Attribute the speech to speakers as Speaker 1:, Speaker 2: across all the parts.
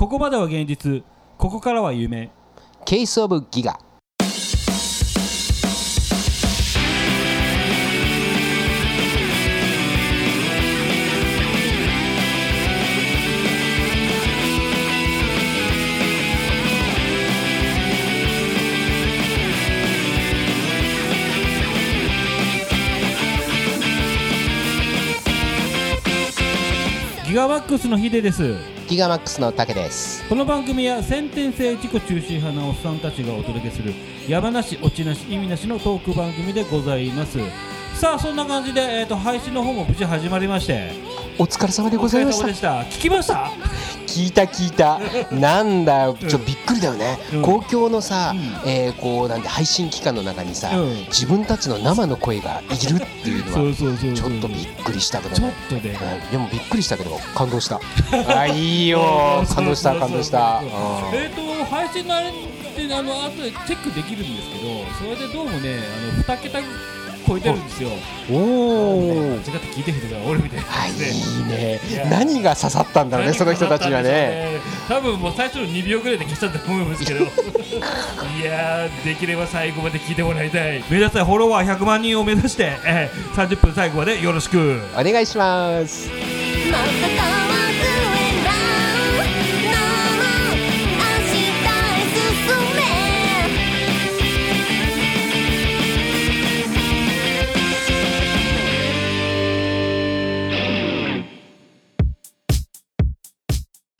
Speaker 1: ここまでは現実ここからは夢
Speaker 2: ケースオブギガ
Speaker 1: ギガワックスのヒデです
Speaker 2: ギガマックスの竹です
Speaker 1: この番組は先天性自己中心派なおっさんたちがお届けする山なし落ちなし意味なしのトーク番組でございますさあそんな感じで、えー、と配信の方も無事始まりまして
Speaker 2: お疲れ様で
Speaker 1: お
Speaker 2: ご
Speaker 1: 疲
Speaker 2: ざい
Speaker 1: れ
Speaker 2: まし
Speaker 1: 様
Speaker 2: た
Speaker 1: でした聞きました
Speaker 2: 聞いた聞いたなんだよちょびっくりだよね、
Speaker 1: うん
Speaker 2: 公共のさ、
Speaker 1: うん
Speaker 2: えーこうなんて配信機関の中にさ、
Speaker 1: うん
Speaker 2: 自分たちの生の声がいるっていう
Speaker 1: そ
Speaker 2: の
Speaker 1: う
Speaker 2: は
Speaker 1: そうそう
Speaker 2: ち
Speaker 1: そ
Speaker 2: ょ
Speaker 1: う
Speaker 2: っとびっくりしたけど
Speaker 1: ちょ
Speaker 2: ね
Speaker 1: っとね
Speaker 2: うんでもびっくりしたけど感動した あいいよ感動した感動した
Speaker 1: そうそうそう
Speaker 2: う
Speaker 1: えっ、と配信のあれってあの後でチェックできるんですけどそれでどうもねあの2桁超えてるんですよ
Speaker 2: んお
Speaker 1: 間
Speaker 2: お
Speaker 1: 違って聞いてる人が俺みたいな
Speaker 2: あい
Speaker 1: ね
Speaker 2: いね
Speaker 1: いや
Speaker 2: 何が刺さったんだろうねその人たちにはね
Speaker 1: 多分もう最初の2秒ぐらいで消しちゃったと思うんで すけどいやーできれば最後まで聞いてもらいたい目指せフォロワー100万人を目指して、えー、30分最後までよろしく
Speaker 2: お願いします
Speaker 3: もっと遠くへだの明日へ」「進め」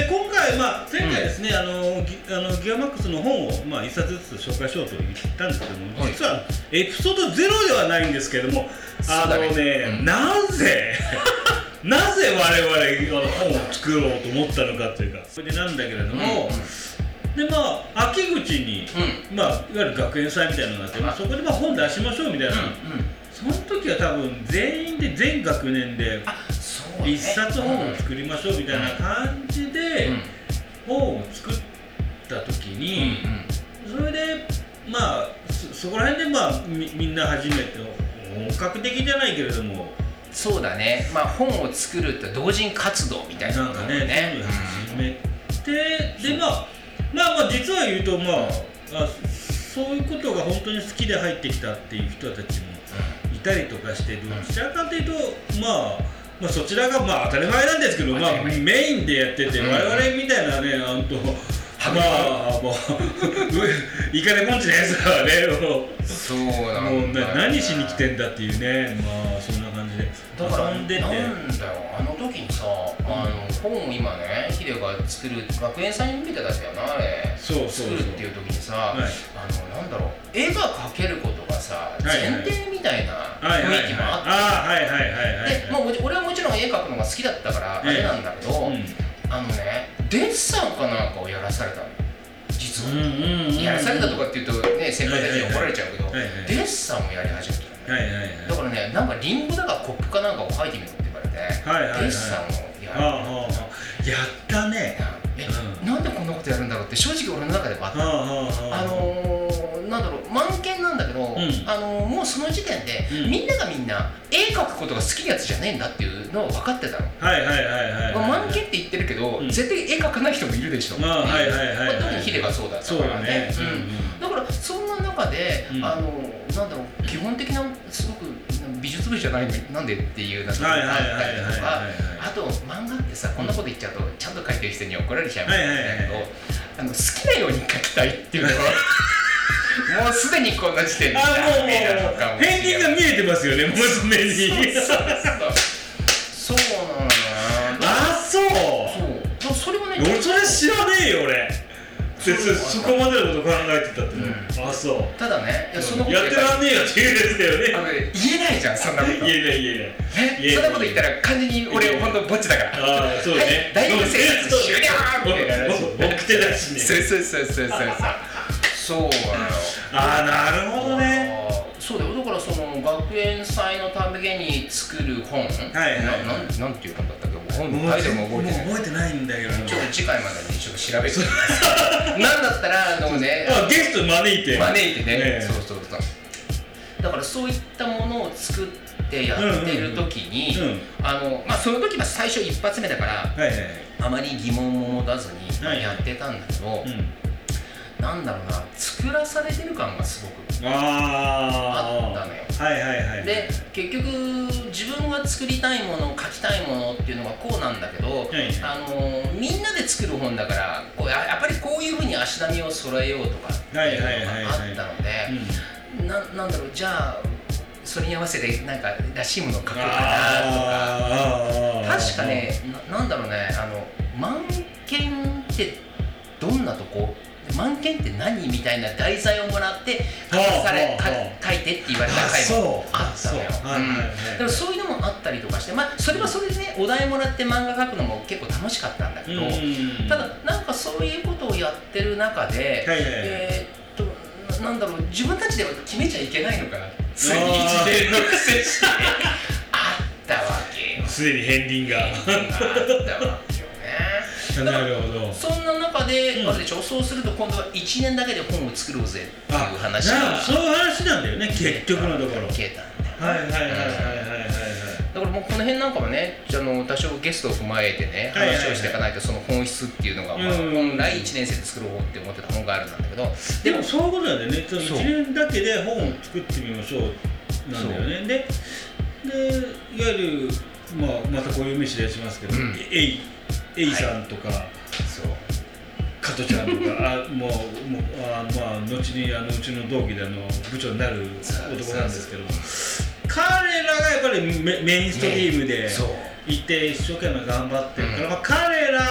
Speaker 1: 今回、まあ、前回ですね、あのギあのギガマックスの本を、まあ、一冊ずつ紹介しようと言ったんですけども、
Speaker 2: はい
Speaker 1: 実はエピソードゼロではないんですけどもあ
Speaker 2: そうだ
Speaker 1: の
Speaker 2: ね
Speaker 1: ね、なぜなぜ我々が本を作ろうと思ったのかというかそれでなんだけれども、でまあ秋口に、まあ、いわゆる学園祭みたいなのがあって、まあ、そこでまあ本出しましょうみたいな、その時は多分全員で全学年で
Speaker 4: そうね
Speaker 1: 一冊本を作りましょうみたいな感じで本を作った時にそれでまあそそこら辺でまあみみんな初めて本格的じゃないけれども
Speaker 4: そうだねまあ本を作るって同人活動みたいな
Speaker 1: なん
Speaker 4: の
Speaker 1: か
Speaker 4: だもん
Speaker 1: ね
Speaker 4: ね
Speaker 1: 始めてでまあまあまあ実は言うとまああそういうことが本当に好きで入ってきたっていう人たちもいたりとかしてどちらかというとまあまあそちらがまあ当たり前なんですけど、まあ、
Speaker 4: 当たり前
Speaker 1: メインでやってて、
Speaker 4: うん
Speaker 1: 我々みたいなね、あんと、
Speaker 4: は
Speaker 1: まあ、 もう、いかれもんちのやつらはね、もう
Speaker 4: そうなんだ
Speaker 1: もうな何しに来てんだっていうね、まあ、そんな感じで、
Speaker 4: だから
Speaker 1: 遊んでて、
Speaker 4: なんだよあの時にさあの本を今ねヒデが作る学園祭に向けてだったよなあれ
Speaker 1: そうそうそう
Speaker 4: 作るっていう時にさ、
Speaker 1: はい
Speaker 4: あのなんだろう絵が描けることがさ
Speaker 1: いはい
Speaker 4: 前提みたいな
Speaker 1: はいはいはい、
Speaker 4: 雰囲気もあって、
Speaker 1: あーはいはいはいはい
Speaker 4: でまあもち俺はもちろん絵描くのが好きだったからあ
Speaker 1: ええ
Speaker 4: れなんだけど、
Speaker 1: うん
Speaker 4: あのねデッサンかなんかをやらされたの実は、
Speaker 1: うんうんうん
Speaker 4: いやされたとかっていうとね先輩たちに怒られちゃうけど、
Speaker 1: はいはいはい
Speaker 4: デッサンをやり始めたのね、
Speaker 1: はいはいはい
Speaker 4: だからねなんかリンゴだかコップかなんかを描いてみろって言われて、
Speaker 1: はいはいはい
Speaker 4: デッサンをや
Speaker 1: あーは
Speaker 4: る
Speaker 1: ーはーやったね
Speaker 4: え、
Speaker 1: う
Speaker 4: なんでこんなことやるんだろうって正直俺の中ではあ
Speaker 1: は
Speaker 4: った、
Speaker 1: ーはーはー
Speaker 4: あのー、なんだろう満見なんだけど、
Speaker 1: ん
Speaker 4: あのーもうその時点で、
Speaker 1: うん
Speaker 4: みんながみんな絵描くことが好きなやつじゃねえんだっていうのを分かってたの
Speaker 1: はいはいはいはい、
Speaker 4: ま
Speaker 1: はい
Speaker 4: あ、満喫って言ってるけど、
Speaker 1: うん
Speaker 4: 絶対絵描かない人もいるでしょ、
Speaker 1: まあはいはいはいはい
Speaker 4: まあ特にヒデがそうだった
Speaker 1: そう
Speaker 4: か
Speaker 1: だ
Speaker 4: ら
Speaker 1: ね
Speaker 4: ね、うんだからそんな中で、
Speaker 1: うん
Speaker 4: あのなんだろう基本的なすごく美術部じゃないのになんでっていうようなところ
Speaker 1: はいはい
Speaker 4: があ
Speaker 1: はいはい
Speaker 4: ったりとか
Speaker 1: はい
Speaker 4: あと漫画ってさこんなこと言っちゃうとちゃんと描いてる人に怒られちゃうみ
Speaker 1: はい
Speaker 4: た
Speaker 1: はいいはい
Speaker 4: なんだけど、あの好きなように描きたいっていうの はもうすでにこんな時点で
Speaker 1: あもうもう
Speaker 4: ダメなのかもしれない
Speaker 1: 片鱗が見えてますよねもう常に
Speaker 4: そうそうそうそうなのよな
Speaker 1: あそう
Speaker 4: そうそれはね
Speaker 1: 俺それ知らねえよ俺
Speaker 4: そう
Speaker 1: でそそこまでのこと考えてたってね、あそう
Speaker 4: ただねいやそのこと
Speaker 1: やってらん
Speaker 4: ね
Speaker 1: ねえよって言うんですけ
Speaker 4: あ
Speaker 1: ど
Speaker 4: の
Speaker 1: ね
Speaker 4: ね言えないじゃんそんなこと
Speaker 1: 言えない言えない
Speaker 4: ねそんなこと言ったら完全に俺本当ぼっちだから
Speaker 1: ああそうね、
Speaker 4: はい大学生活終了みたいな話
Speaker 1: 奥手だしね
Speaker 4: そうそうそうそうそうそうそうなのよ
Speaker 1: ああなるほどね
Speaker 4: そうだよだからその学園祭のために作る本
Speaker 1: はいはい
Speaker 4: ななんなんていう本だったっけ本のタイトルも覚えてない
Speaker 1: もう覚えてないんだけどな
Speaker 4: ちょっと次回までにちょっと調べてみますなんだったらあのね
Speaker 1: あゲスト招いて
Speaker 4: 招いてね
Speaker 1: ええ
Speaker 4: そうそうそうだからそういったものを作ってやってる時に、
Speaker 1: うんうんうん
Speaker 4: あのまあその時は最初一発目だから
Speaker 1: はいはいはい
Speaker 4: あまり疑問も持たずにまあ
Speaker 1: はい
Speaker 4: やってたんだけど、
Speaker 1: うん
Speaker 4: なんだろうな作らされてる感がすごく
Speaker 1: あー
Speaker 4: あったのよ
Speaker 1: はいはいはい
Speaker 4: で結局自分が作りたいもの書きたいものっていうのがこうなんだけど、
Speaker 1: はい
Speaker 4: あのーみんなで作る本だからこうややっぱりこういうふうに足並みを揃えようとかっていうのがあったので、
Speaker 1: うん
Speaker 4: ななんだろうじゃあそれに合わせてなんからしいものを書こうかなと
Speaker 1: あー
Speaker 4: か確かねななんだろうねあの満研ってどんなとこ満研って何みたいな題材をもらって書
Speaker 1: はあ
Speaker 4: かれ
Speaker 1: はあは
Speaker 4: か書いてって言われた
Speaker 1: あ
Speaker 4: 回も
Speaker 1: そう
Speaker 4: あったのよ
Speaker 1: あそうはいはいはい
Speaker 4: うんでもそういうのもあったりとかしてまあそれはそれでねお題もらって漫画書くのも結構楽しかったんだけど、
Speaker 1: うん
Speaker 4: ただなんかそういうことをやってる中で、
Speaker 1: はいはいはい
Speaker 4: えーっとななんだろう自分たちでは決めちゃいけないのかな つい
Speaker 1: あ
Speaker 4: に
Speaker 1: ー
Speaker 4: 自伝のくせしてあったわけよ
Speaker 1: すでに片鱗が
Speaker 4: あったわけよねだか
Speaker 1: な
Speaker 4: ら
Speaker 1: るほど
Speaker 4: そんな中で、
Speaker 1: うん
Speaker 4: あれでしょそうすると今度は1年だけで本を作ろうぜっていう
Speaker 1: あ
Speaker 4: 話
Speaker 1: じゃあそう
Speaker 4: う
Speaker 1: いう話なんだよね結局のところ
Speaker 4: 消えたんだよ
Speaker 1: はいはいはいはいはいはいはい
Speaker 4: だからもうこの辺なんかはねあの多少ゲストを踏まえてね
Speaker 1: はいはいはい
Speaker 4: 話をしていかないとその本質っていうのが、まあ、
Speaker 1: うん
Speaker 4: 本来1年生で作ろうって思ってた本があるんだけど
Speaker 1: でもそういうことなんだよねその
Speaker 4: そう
Speaker 1: 1年だけで本を作ってみましょうなんだよねででいわゆる、まあ、またこういう飯でしますけど、
Speaker 4: うん
Speaker 1: えいえいさんとか、
Speaker 4: そう
Speaker 1: 加トちゃんと かあもうもうあまあ後にあのうちの同期であの部長になる
Speaker 4: そう
Speaker 1: 男なんですけど彼らがやっぱりメメインストリームで
Speaker 4: そう
Speaker 1: いて一生懸命頑張ってるから、
Speaker 4: うん
Speaker 1: まあ、彼らが、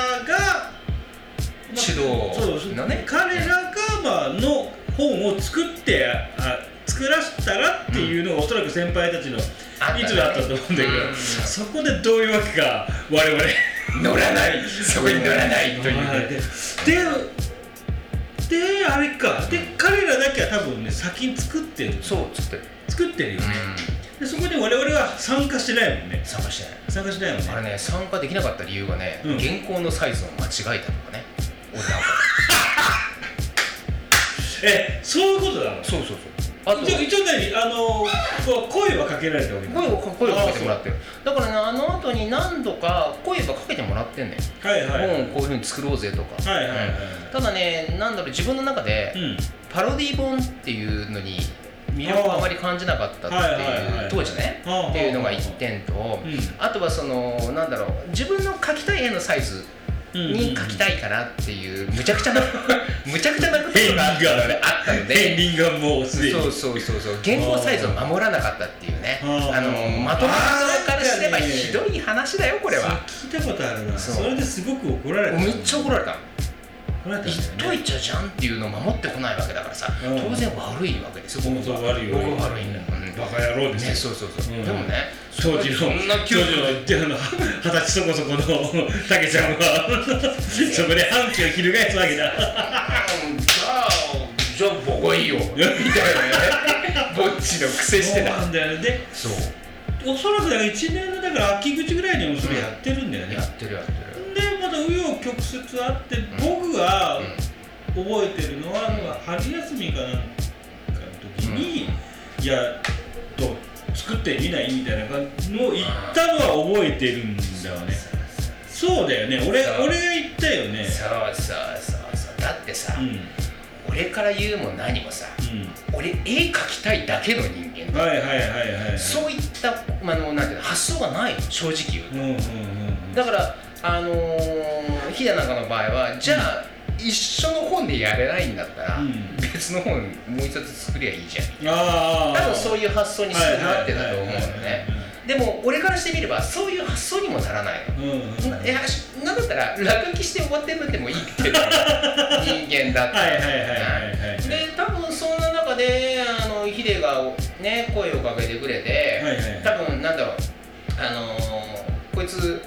Speaker 1: まあ
Speaker 4: 主導
Speaker 1: そう
Speaker 4: のね
Speaker 1: 彼らが、まあの本を作ってあ作らせたらっていうのが、おそらく先輩たちのい
Speaker 4: あったね
Speaker 1: つだったと思うんだけど、
Speaker 4: うん
Speaker 1: そこでどういうわけか我々
Speaker 4: 乗らないそこに乗らないという
Speaker 1: はい
Speaker 4: ね
Speaker 1: ででであれかで彼らだけは多分ね先に作ってる
Speaker 4: そうつってうん
Speaker 1: 作ってるよね、でそこに我々は参加してないもんね
Speaker 4: 参加してない
Speaker 1: 参加してないもんね
Speaker 4: あれね参加できなかった理由がね、
Speaker 1: うん
Speaker 4: 原稿のサイズを間違えたとかね俺なんか
Speaker 1: えそういうことだろ
Speaker 4: そうそうそうあと
Speaker 1: 一応一応何あのこう声はかけられたわけ
Speaker 4: 声をか声をかけてもらってるだからねあの後に何度か声はかけてもらってんねん、
Speaker 1: はいはいはい
Speaker 4: 本をこういうふうに作ろうぜとか
Speaker 1: はいはいはい
Speaker 4: うんただねなんだろう自分の中で、
Speaker 1: うん
Speaker 4: パロディ本っていうのに魅力をあまり感じなかったって
Speaker 1: はいはいはい
Speaker 4: いう当時ね
Speaker 1: はあはあはあ
Speaker 4: っていうのが1点と、
Speaker 1: ん
Speaker 4: あとはそのなんだろう自分の描きたい絵のサイズ
Speaker 1: うん
Speaker 4: に描きたいからっていうむちゃくち ゃなむちゃくちゃなこと
Speaker 1: ヘンリン
Speaker 4: があ
Speaker 1: ガー
Speaker 4: ったの
Speaker 1: ヘン
Speaker 4: で。
Speaker 1: リンがもうすでに
Speaker 4: そうそうそうそう原稿サイズを守らなかったっていうね
Speaker 1: はあ
Speaker 4: あのまともな人からすれば
Speaker 1: あー
Speaker 4: ひどい話だよこれは
Speaker 1: それ聞いたことあるな
Speaker 4: そう
Speaker 1: それですごく怒られた
Speaker 4: めっちゃ怒られた
Speaker 1: 怒られた
Speaker 4: 言っ
Speaker 1: んだ
Speaker 4: と
Speaker 1: よね
Speaker 4: いちゃじゃんっていうのを守ってこないわけだからさ、
Speaker 1: うん
Speaker 4: 当然悪いわけですよ
Speaker 1: 本当悪いよ
Speaker 4: 僕は悪いんだ、うん
Speaker 1: バカ野郎ですよ
Speaker 4: ねそうそうそう、
Speaker 1: うん
Speaker 4: でもね
Speaker 1: 当時の
Speaker 4: そんな
Speaker 1: 当
Speaker 4: 急
Speaker 1: 時のってあの二十歳そこそこのたけちゃんはそこで反旗を翻すわけだ
Speaker 4: じゃあじゃあ僕はいいよみたいなねぼっちの癖して
Speaker 1: そう
Speaker 4: た
Speaker 1: なんだよねで
Speaker 4: そう
Speaker 1: おそらくだから1年のだから秋口ぐらいにもそれやってるんだよね
Speaker 4: や、ってるやってる
Speaker 1: でまた紆余曲折あって僕が覚えてるのは、
Speaker 4: うん
Speaker 1: 春休みかなんかの時に、いやどう作ってみないみたいな感じの言ったのは覚えてるんだよねそうだよね俺
Speaker 4: そう
Speaker 1: 俺が言ったよね
Speaker 4: そうそうそうそうだってさ、
Speaker 1: うん
Speaker 4: 俺から言うも何もさ
Speaker 1: うん
Speaker 4: 俺絵描きたいだけの人間だ
Speaker 1: はいはいはいはいはい
Speaker 4: そういった、まあ、あのなんていうの発想がないの正直言うと
Speaker 1: うんうんうんうん
Speaker 4: だからあのー、ヒダなんかの場合はじゃあ、一緒の本でやれないんだったら、
Speaker 1: うん
Speaker 4: 別の本もう一冊作りゃいいじゃん
Speaker 1: ああ
Speaker 4: 多分そういう発想にすぐなってたと思う
Speaker 1: はいはいは
Speaker 4: の
Speaker 1: いはい
Speaker 4: ねでも俺からしてみればそういう発想にもならないの
Speaker 1: うんうん
Speaker 4: なえはしなんだったら落書きして終わってもらってもいいっていう人間だっ た
Speaker 1: はいはいはいはいはい
Speaker 4: で多分そんな中であのヒデがね声をかけてくれて、
Speaker 1: はいはい
Speaker 4: 多分なんだろうあのーこいつ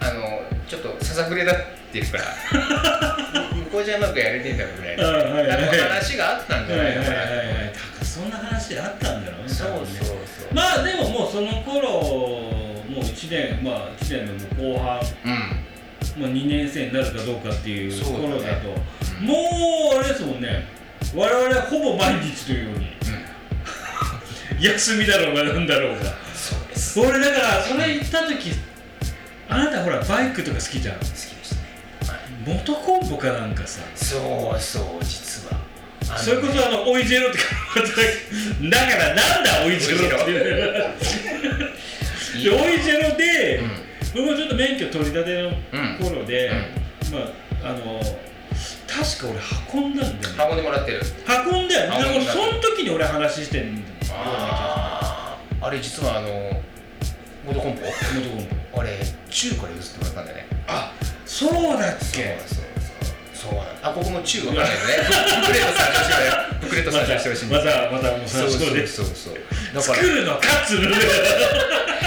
Speaker 4: あのちょっとささくれだっ ていうから向こうじゃうまくやれてんだろうぐらいの
Speaker 1: うんはいはい
Speaker 4: 多分話があったんじ
Speaker 1: は
Speaker 4: ゃ
Speaker 1: いは
Speaker 4: ない
Speaker 1: い
Speaker 4: か
Speaker 1: は
Speaker 4: な、
Speaker 1: いはいそんな話あったんだろうね
Speaker 4: そう
Speaker 1: 多分ね
Speaker 4: そうそう、
Speaker 1: まあでももうその頃もう1年まあ1年のもう後半、
Speaker 4: うん
Speaker 1: まあ、2年生になるかどうかっていう
Speaker 4: そうだね
Speaker 1: 頃だと
Speaker 4: うん
Speaker 1: もうあれですもんね我々はほぼ毎日というように休みだろうがなんだろうが
Speaker 4: そうです。
Speaker 1: 俺だからそれ行った時あなたほらバイクとか好きじゃん
Speaker 4: 好きでし
Speaker 1: 元コンボかなんかさ
Speaker 4: そうそう実はあの
Speaker 1: それこそあの「おいジェロ」って書いてあるだからなんだ「おいジェロ」って いうで「おいジェロで」
Speaker 4: うん
Speaker 1: 僕もちょっと免許取り立ての頃で、
Speaker 4: う
Speaker 1: まああの確か俺運んだんだよね
Speaker 4: 運んでもらってる
Speaker 1: 運んだよね
Speaker 4: 運んだ
Speaker 1: でもその時に俺話してんだよ
Speaker 4: あああれ実はあの元コンポ
Speaker 1: 元コンボ
Speaker 4: あれ中から譲ってもらったんだよね
Speaker 1: あそうだっけ
Speaker 4: そうそうそうそうなんだあここも中わかんないよ ねブクレート参照してほしいブクレート参照してほしいん
Speaker 1: ま
Speaker 4: です
Speaker 1: たまたもう
Speaker 4: そう
Speaker 1: 話
Speaker 4: そう
Speaker 1: そうです
Speaker 4: そうそうだから
Speaker 1: 作るのかっつうのね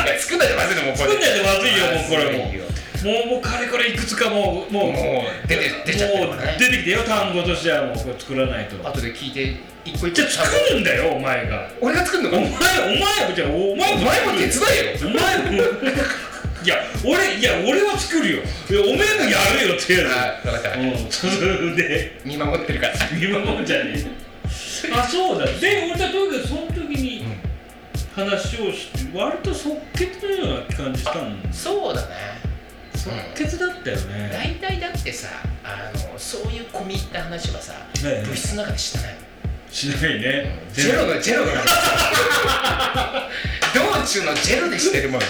Speaker 4: いや作んないでまずいのもうこれ
Speaker 1: 作んないでまずいよもうこれも
Speaker 4: まずいよ
Speaker 1: もうもうかれこれいくつかもうもう
Speaker 4: もう出て出ちゃってる
Speaker 1: も
Speaker 4: か
Speaker 1: う
Speaker 4: らね
Speaker 1: 出てきてよ単語としてはもうこれ作らないと
Speaker 4: 後で聞いて一個一
Speaker 1: じ
Speaker 4: 個
Speaker 1: ゃあ作るんだよお前が
Speaker 4: 俺が作るの
Speaker 1: お
Speaker 4: かお
Speaker 1: 前お前じゃあお前
Speaker 4: 前も手伝え
Speaker 1: お
Speaker 4: よ
Speaker 1: 前も いや俺いや俺は作るよいやお前もやるよってや
Speaker 4: あ分かった
Speaker 1: るうん それで
Speaker 4: 見守ってるから
Speaker 1: 見守るじゃねえ あそうだで俺たちとにかくその時に
Speaker 4: うん
Speaker 1: 話をして割と即決のような感じしたもん
Speaker 4: そうだね
Speaker 1: 即決だったよね、
Speaker 4: 大体だってさあのそういう込み入った話はさ
Speaker 1: ねえ
Speaker 4: 部室の中で知らない
Speaker 1: しないね
Speaker 4: ジェロのジェロの道中のジェロでしてるもの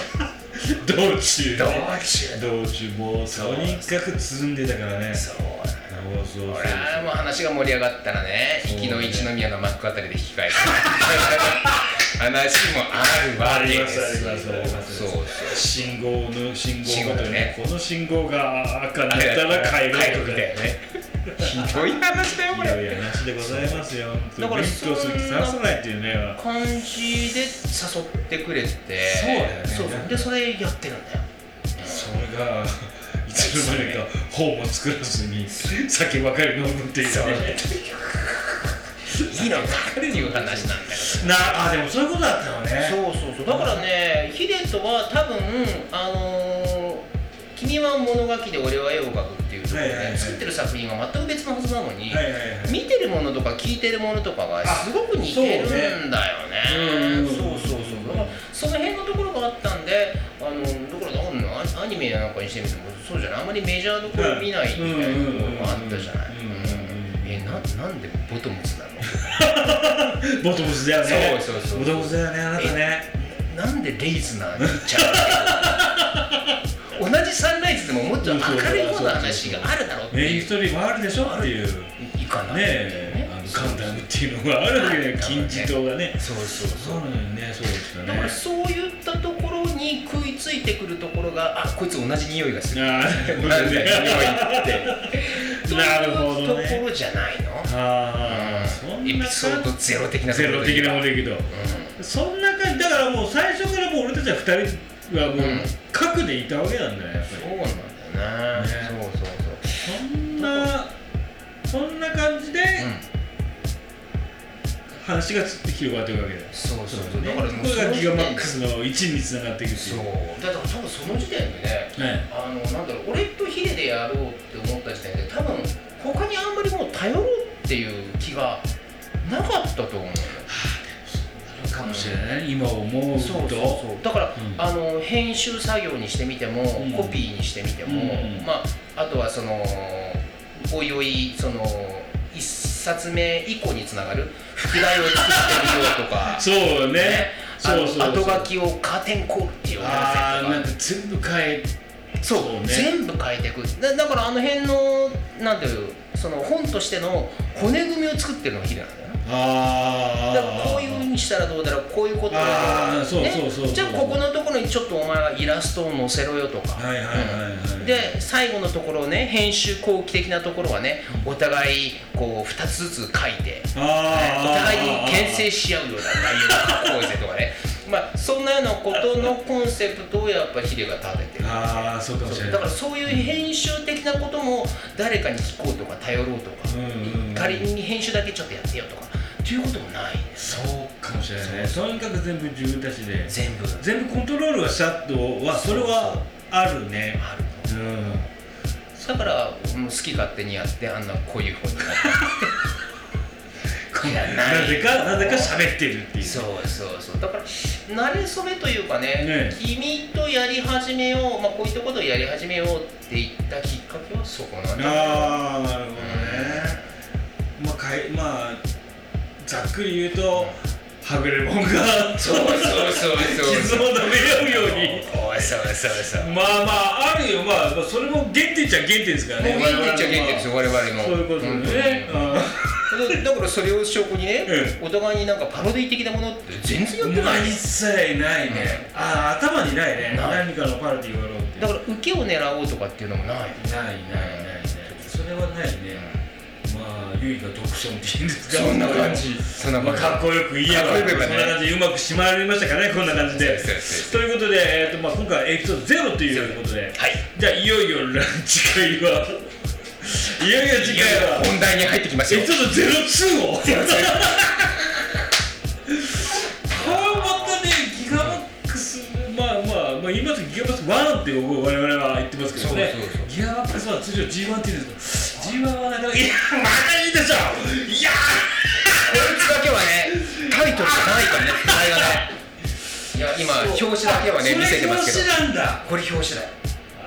Speaker 1: 道中
Speaker 4: 道中の
Speaker 1: 道中もうとにかく積んでたからねそ
Speaker 4: そうだ
Speaker 1: うそうそう
Speaker 4: 俺はもう話が盛り上がったらね
Speaker 1: そう
Speaker 4: 行
Speaker 1: ね
Speaker 4: きの一宮の幕あたりで引き返す話もあるわけですよ
Speaker 1: ありますあります
Speaker 4: そうそう
Speaker 1: 信号の信号ごとにね
Speaker 4: 信号ね
Speaker 1: この信号が赤になったら帰ろうとか
Speaker 4: だよねひどい話だよこ
Speaker 1: いやい
Speaker 4: れ
Speaker 1: やなしでございますよ
Speaker 4: だから
Speaker 1: 勉強する気ささないっていうね
Speaker 4: 感じで誘ってくれて
Speaker 1: そうだよね
Speaker 4: そうそうでそれやってるんだよ
Speaker 1: それがいつの間にか本も作らずに酒ばかり飲むっていう
Speaker 4: そう
Speaker 1: ね
Speaker 4: いいのかっていう話なんだけど
Speaker 1: なあでもそういうことだったのね
Speaker 4: そうそうそうだからねヒデとは多分あのー君は物書きで俺は絵を描くっていうところ
Speaker 1: は
Speaker 4: で、
Speaker 1: いはいはい
Speaker 4: 作ってる作品が全く別のはずなのに、
Speaker 1: はいはいはい
Speaker 4: 見てるものとか聞いてるものとかがすごく似てるんだよね
Speaker 1: そうね
Speaker 4: そうそうそうだからその辺のところがあったんであのだからなんアニメなんかにしてみてもそうじゃないあんまりメジャーどころ見ないみたいなところがあったじゃない
Speaker 1: うんうんうん
Speaker 4: うんえななんでボトムズなの
Speaker 1: ボトムスだよね
Speaker 4: そうそうそう
Speaker 1: ボトムスだよねあなたね
Speaker 4: なんでレイズナーに行っちゃうの同じサンライズでももっと明るいような話があるだろうって
Speaker 1: メイン
Speaker 4: いう
Speaker 1: ストーリーもあるでしょっていうね
Speaker 4: いかない
Speaker 1: えあのガンダムっていうのがあるわけで金字塔がね
Speaker 4: そうそう
Speaker 1: そ
Speaker 4: そうう
Speaker 1: なのよねそうですよ
Speaker 4: だから
Speaker 1: ね
Speaker 4: そういったところに食いついてくるところがあこいつ同じ匂いがする
Speaker 1: あ
Speaker 4: 同 じ
Speaker 1: あ
Speaker 4: 匂いって
Speaker 1: なるほどね
Speaker 4: そういうところじゃないの
Speaker 1: ああそ
Speaker 4: うんんエ
Speaker 1: な
Speaker 4: ピソード
Speaker 1: 感
Speaker 4: ゼロ的な
Speaker 1: じゼロ的なものだけど
Speaker 4: う
Speaker 1: そんな感じだからもう最初からもう俺たちは2人はもう
Speaker 4: うん
Speaker 1: 核でいたわけなんだよやっぱ
Speaker 4: ん
Speaker 1: り
Speaker 4: そうなんだよね
Speaker 1: ね
Speaker 4: そうそうそう
Speaker 1: そんなそんな感じで
Speaker 4: うん
Speaker 1: 話が広がっていくわけだよ
Speaker 4: そうそうそう
Speaker 1: ね
Speaker 4: だから
Speaker 1: これがギガマックスの1につながっていくってい
Speaker 4: そううだから多分その時点でね
Speaker 1: はい
Speaker 4: あのなんだろう俺とヒデでやろうって思った時点で多分他にあんまりもう頼ろうっていう気がなかったと 思うのよ
Speaker 1: かもしれない今思うと
Speaker 4: そうそうそうだから、
Speaker 1: うん
Speaker 4: あの編集作業にしてみても、
Speaker 1: ん
Speaker 4: コピーにしてみても、
Speaker 1: うんうん
Speaker 4: まあ、あとはそのおいおいその1冊目以降につながる副題を作ってみようとか
Speaker 1: そう ね
Speaker 4: あ
Speaker 1: そう
Speaker 4: の
Speaker 1: そうそう
Speaker 4: 後書きをカーテンコールっていうのをや
Speaker 1: ああ
Speaker 4: るとか
Speaker 1: なんか全部変え
Speaker 4: そう
Speaker 1: そうね
Speaker 4: 全部変えていくだだからあの辺のなんていうその本としての骨組みを作ってるのがヒデなんだよな
Speaker 1: ああ
Speaker 4: だからこういうふうにしたらどうだろうこういうことだ
Speaker 1: あー
Speaker 4: ろ
Speaker 1: そうう
Speaker 4: ね
Speaker 1: そうそうそう
Speaker 4: じゃあここのところにちょっとお前はイラストを載せろよとか、
Speaker 1: はいはいはいはい
Speaker 4: で最後のところをね編集後期的なところはねお互いこう2つずつ書いて
Speaker 1: あ
Speaker 4: お
Speaker 1: あ
Speaker 4: 互いに牽制し合うような内容を書こうぜとかねまあそんなようなことのコンセプトをやっぱヒデが立ててる
Speaker 1: ああそうかもしれない
Speaker 4: だからそういう編集的なことも誰かに聞こうとか頼ろうとか、
Speaker 1: うんうん
Speaker 4: 仮に編集だけちょっとやってよとかっていうこともないんです
Speaker 1: そうかもしれないねとにかく全部自分たちで
Speaker 4: 全部
Speaker 1: 全部コントロールはしたとはそれはあるね
Speaker 4: あるの
Speaker 1: うん
Speaker 4: だからもう好き勝手にやってあんな濃い本になったわけじゃない
Speaker 1: なぜかなぜか喋ってるっていう
Speaker 4: そうそうそうだから慣れ初めというかね
Speaker 1: ね
Speaker 4: 君とやり始めよう、まあ、こういったことをやり始めようって言ったきっかけはそこなんだ
Speaker 1: ああなるほどねまあかいまあざっくり言うとはぐれもんが
Speaker 4: そうそ うそうそう
Speaker 1: 傷を舐め合うように
Speaker 4: おいそうそうそう
Speaker 1: まあまああるよまあまあそれも原点っちゃ原点ですからね
Speaker 4: もう原点っちゃ原点ですよ我々の
Speaker 1: そういうことですね
Speaker 4: うんだだからそれを証拠にね、
Speaker 1: う
Speaker 4: お互いになんかパロディ的なものって全然や
Speaker 1: う
Speaker 4: っ
Speaker 1: ん
Speaker 4: てない
Speaker 1: 一切ないねああ頭にないね
Speaker 4: ない
Speaker 1: 何かのパロディーをやろうって
Speaker 4: だから受けを狙おうとかっていうのもない
Speaker 1: ないないないないそれはないねまあゆいが読書っていうんですか
Speaker 4: そんな感じそんな
Speaker 1: まあ、かっこよく言えば
Speaker 4: かっこよく言えばね
Speaker 1: そんな感じでうまく締まりましたかねこんな感じで
Speaker 4: そうそうそう
Speaker 1: ということで、えーとまあ、今回はエピソードゼロということで
Speaker 4: はい
Speaker 1: じゃあいよいよランチ会はいよいよ次回は
Speaker 4: 本題に入ってきました
Speaker 1: エ
Speaker 4: よ
Speaker 1: ピソードゼロツーをこれまたねギガマックスまあまあ、まあ、今とギガマックス1って我々は言ってますけどね
Speaker 4: そうそうそう
Speaker 1: ギガマックス1は通常 G1 って言うんですけど G1 はなかなかいやまだいいでしょいや
Speaker 4: こいつだけはねタイトルがないからね題がねいや今表紙だけはね
Speaker 1: それ
Speaker 4: 見せてますけど
Speaker 1: 表紙なんだ
Speaker 4: これ表紙だよ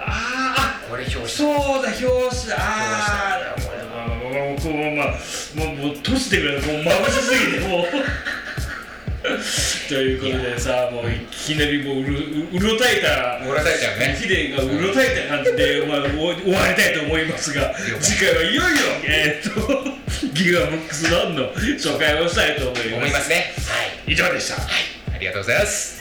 Speaker 1: あ
Speaker 4: これ
Speaker 1: あ
Speaker 4: 表紙
Speaker 1: そうだ表紙だああ
Speaker 4: 表
Speaker 1: まあまあまあまあこうまあまあもう閉じてくれもう眩しすぎてもうということでさもういきなりもううるううろたえた
Speaker 4: もらたいちゃうね
Speaker 1: ヒデがうろたえた感じで、まあ、お終わりたいと思いますが
Speaker 4: 解
Speaker 1: 次回はいよいよえー、っとギガボックス1の紹介をしたいと思い
Speaker 4: 思
Speaker 1: ま
Speaker 4: い
Speaker 1: す
Speaker 4: ますね
Speaker 1: 以上でした
Speaker 4: はいありがとうございます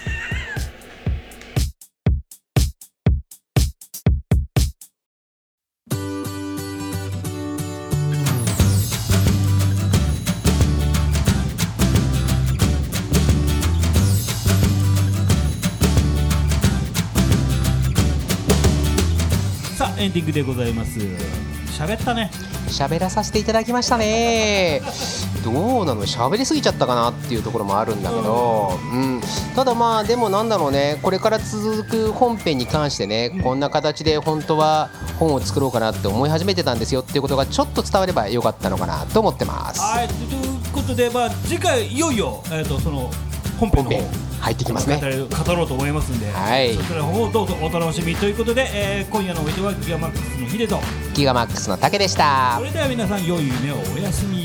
Speaker 5: さあエンディングでございます喋ったね
Speaker 2: 喋らさせていただきましたねどうなの喋りすぎちゃったかなっていうところもあるんだけど、うんただまあでもなんだろうねこれから続く本編に関してねこんな形で本当は本を作ろうかなって思い始めてたんですよっていうことがちょっと伝わればよかったのかなと思ってます
Speaker 5: はいということで、まあ、次回いよいよ、えー、とその本編の
Speaker 2: 本編入ってきますね
Speaker 5: 方語ろうと思いますんで、
Speaker 2: はい
Speaker 5: そちらの方をどうぞお楽しみということで、えー今夜のお相手はギガマックスのヒデと
Speaker 2: ギガマックスの竹でした
Speaker 5: それでは皆さん良い夢をおやすみ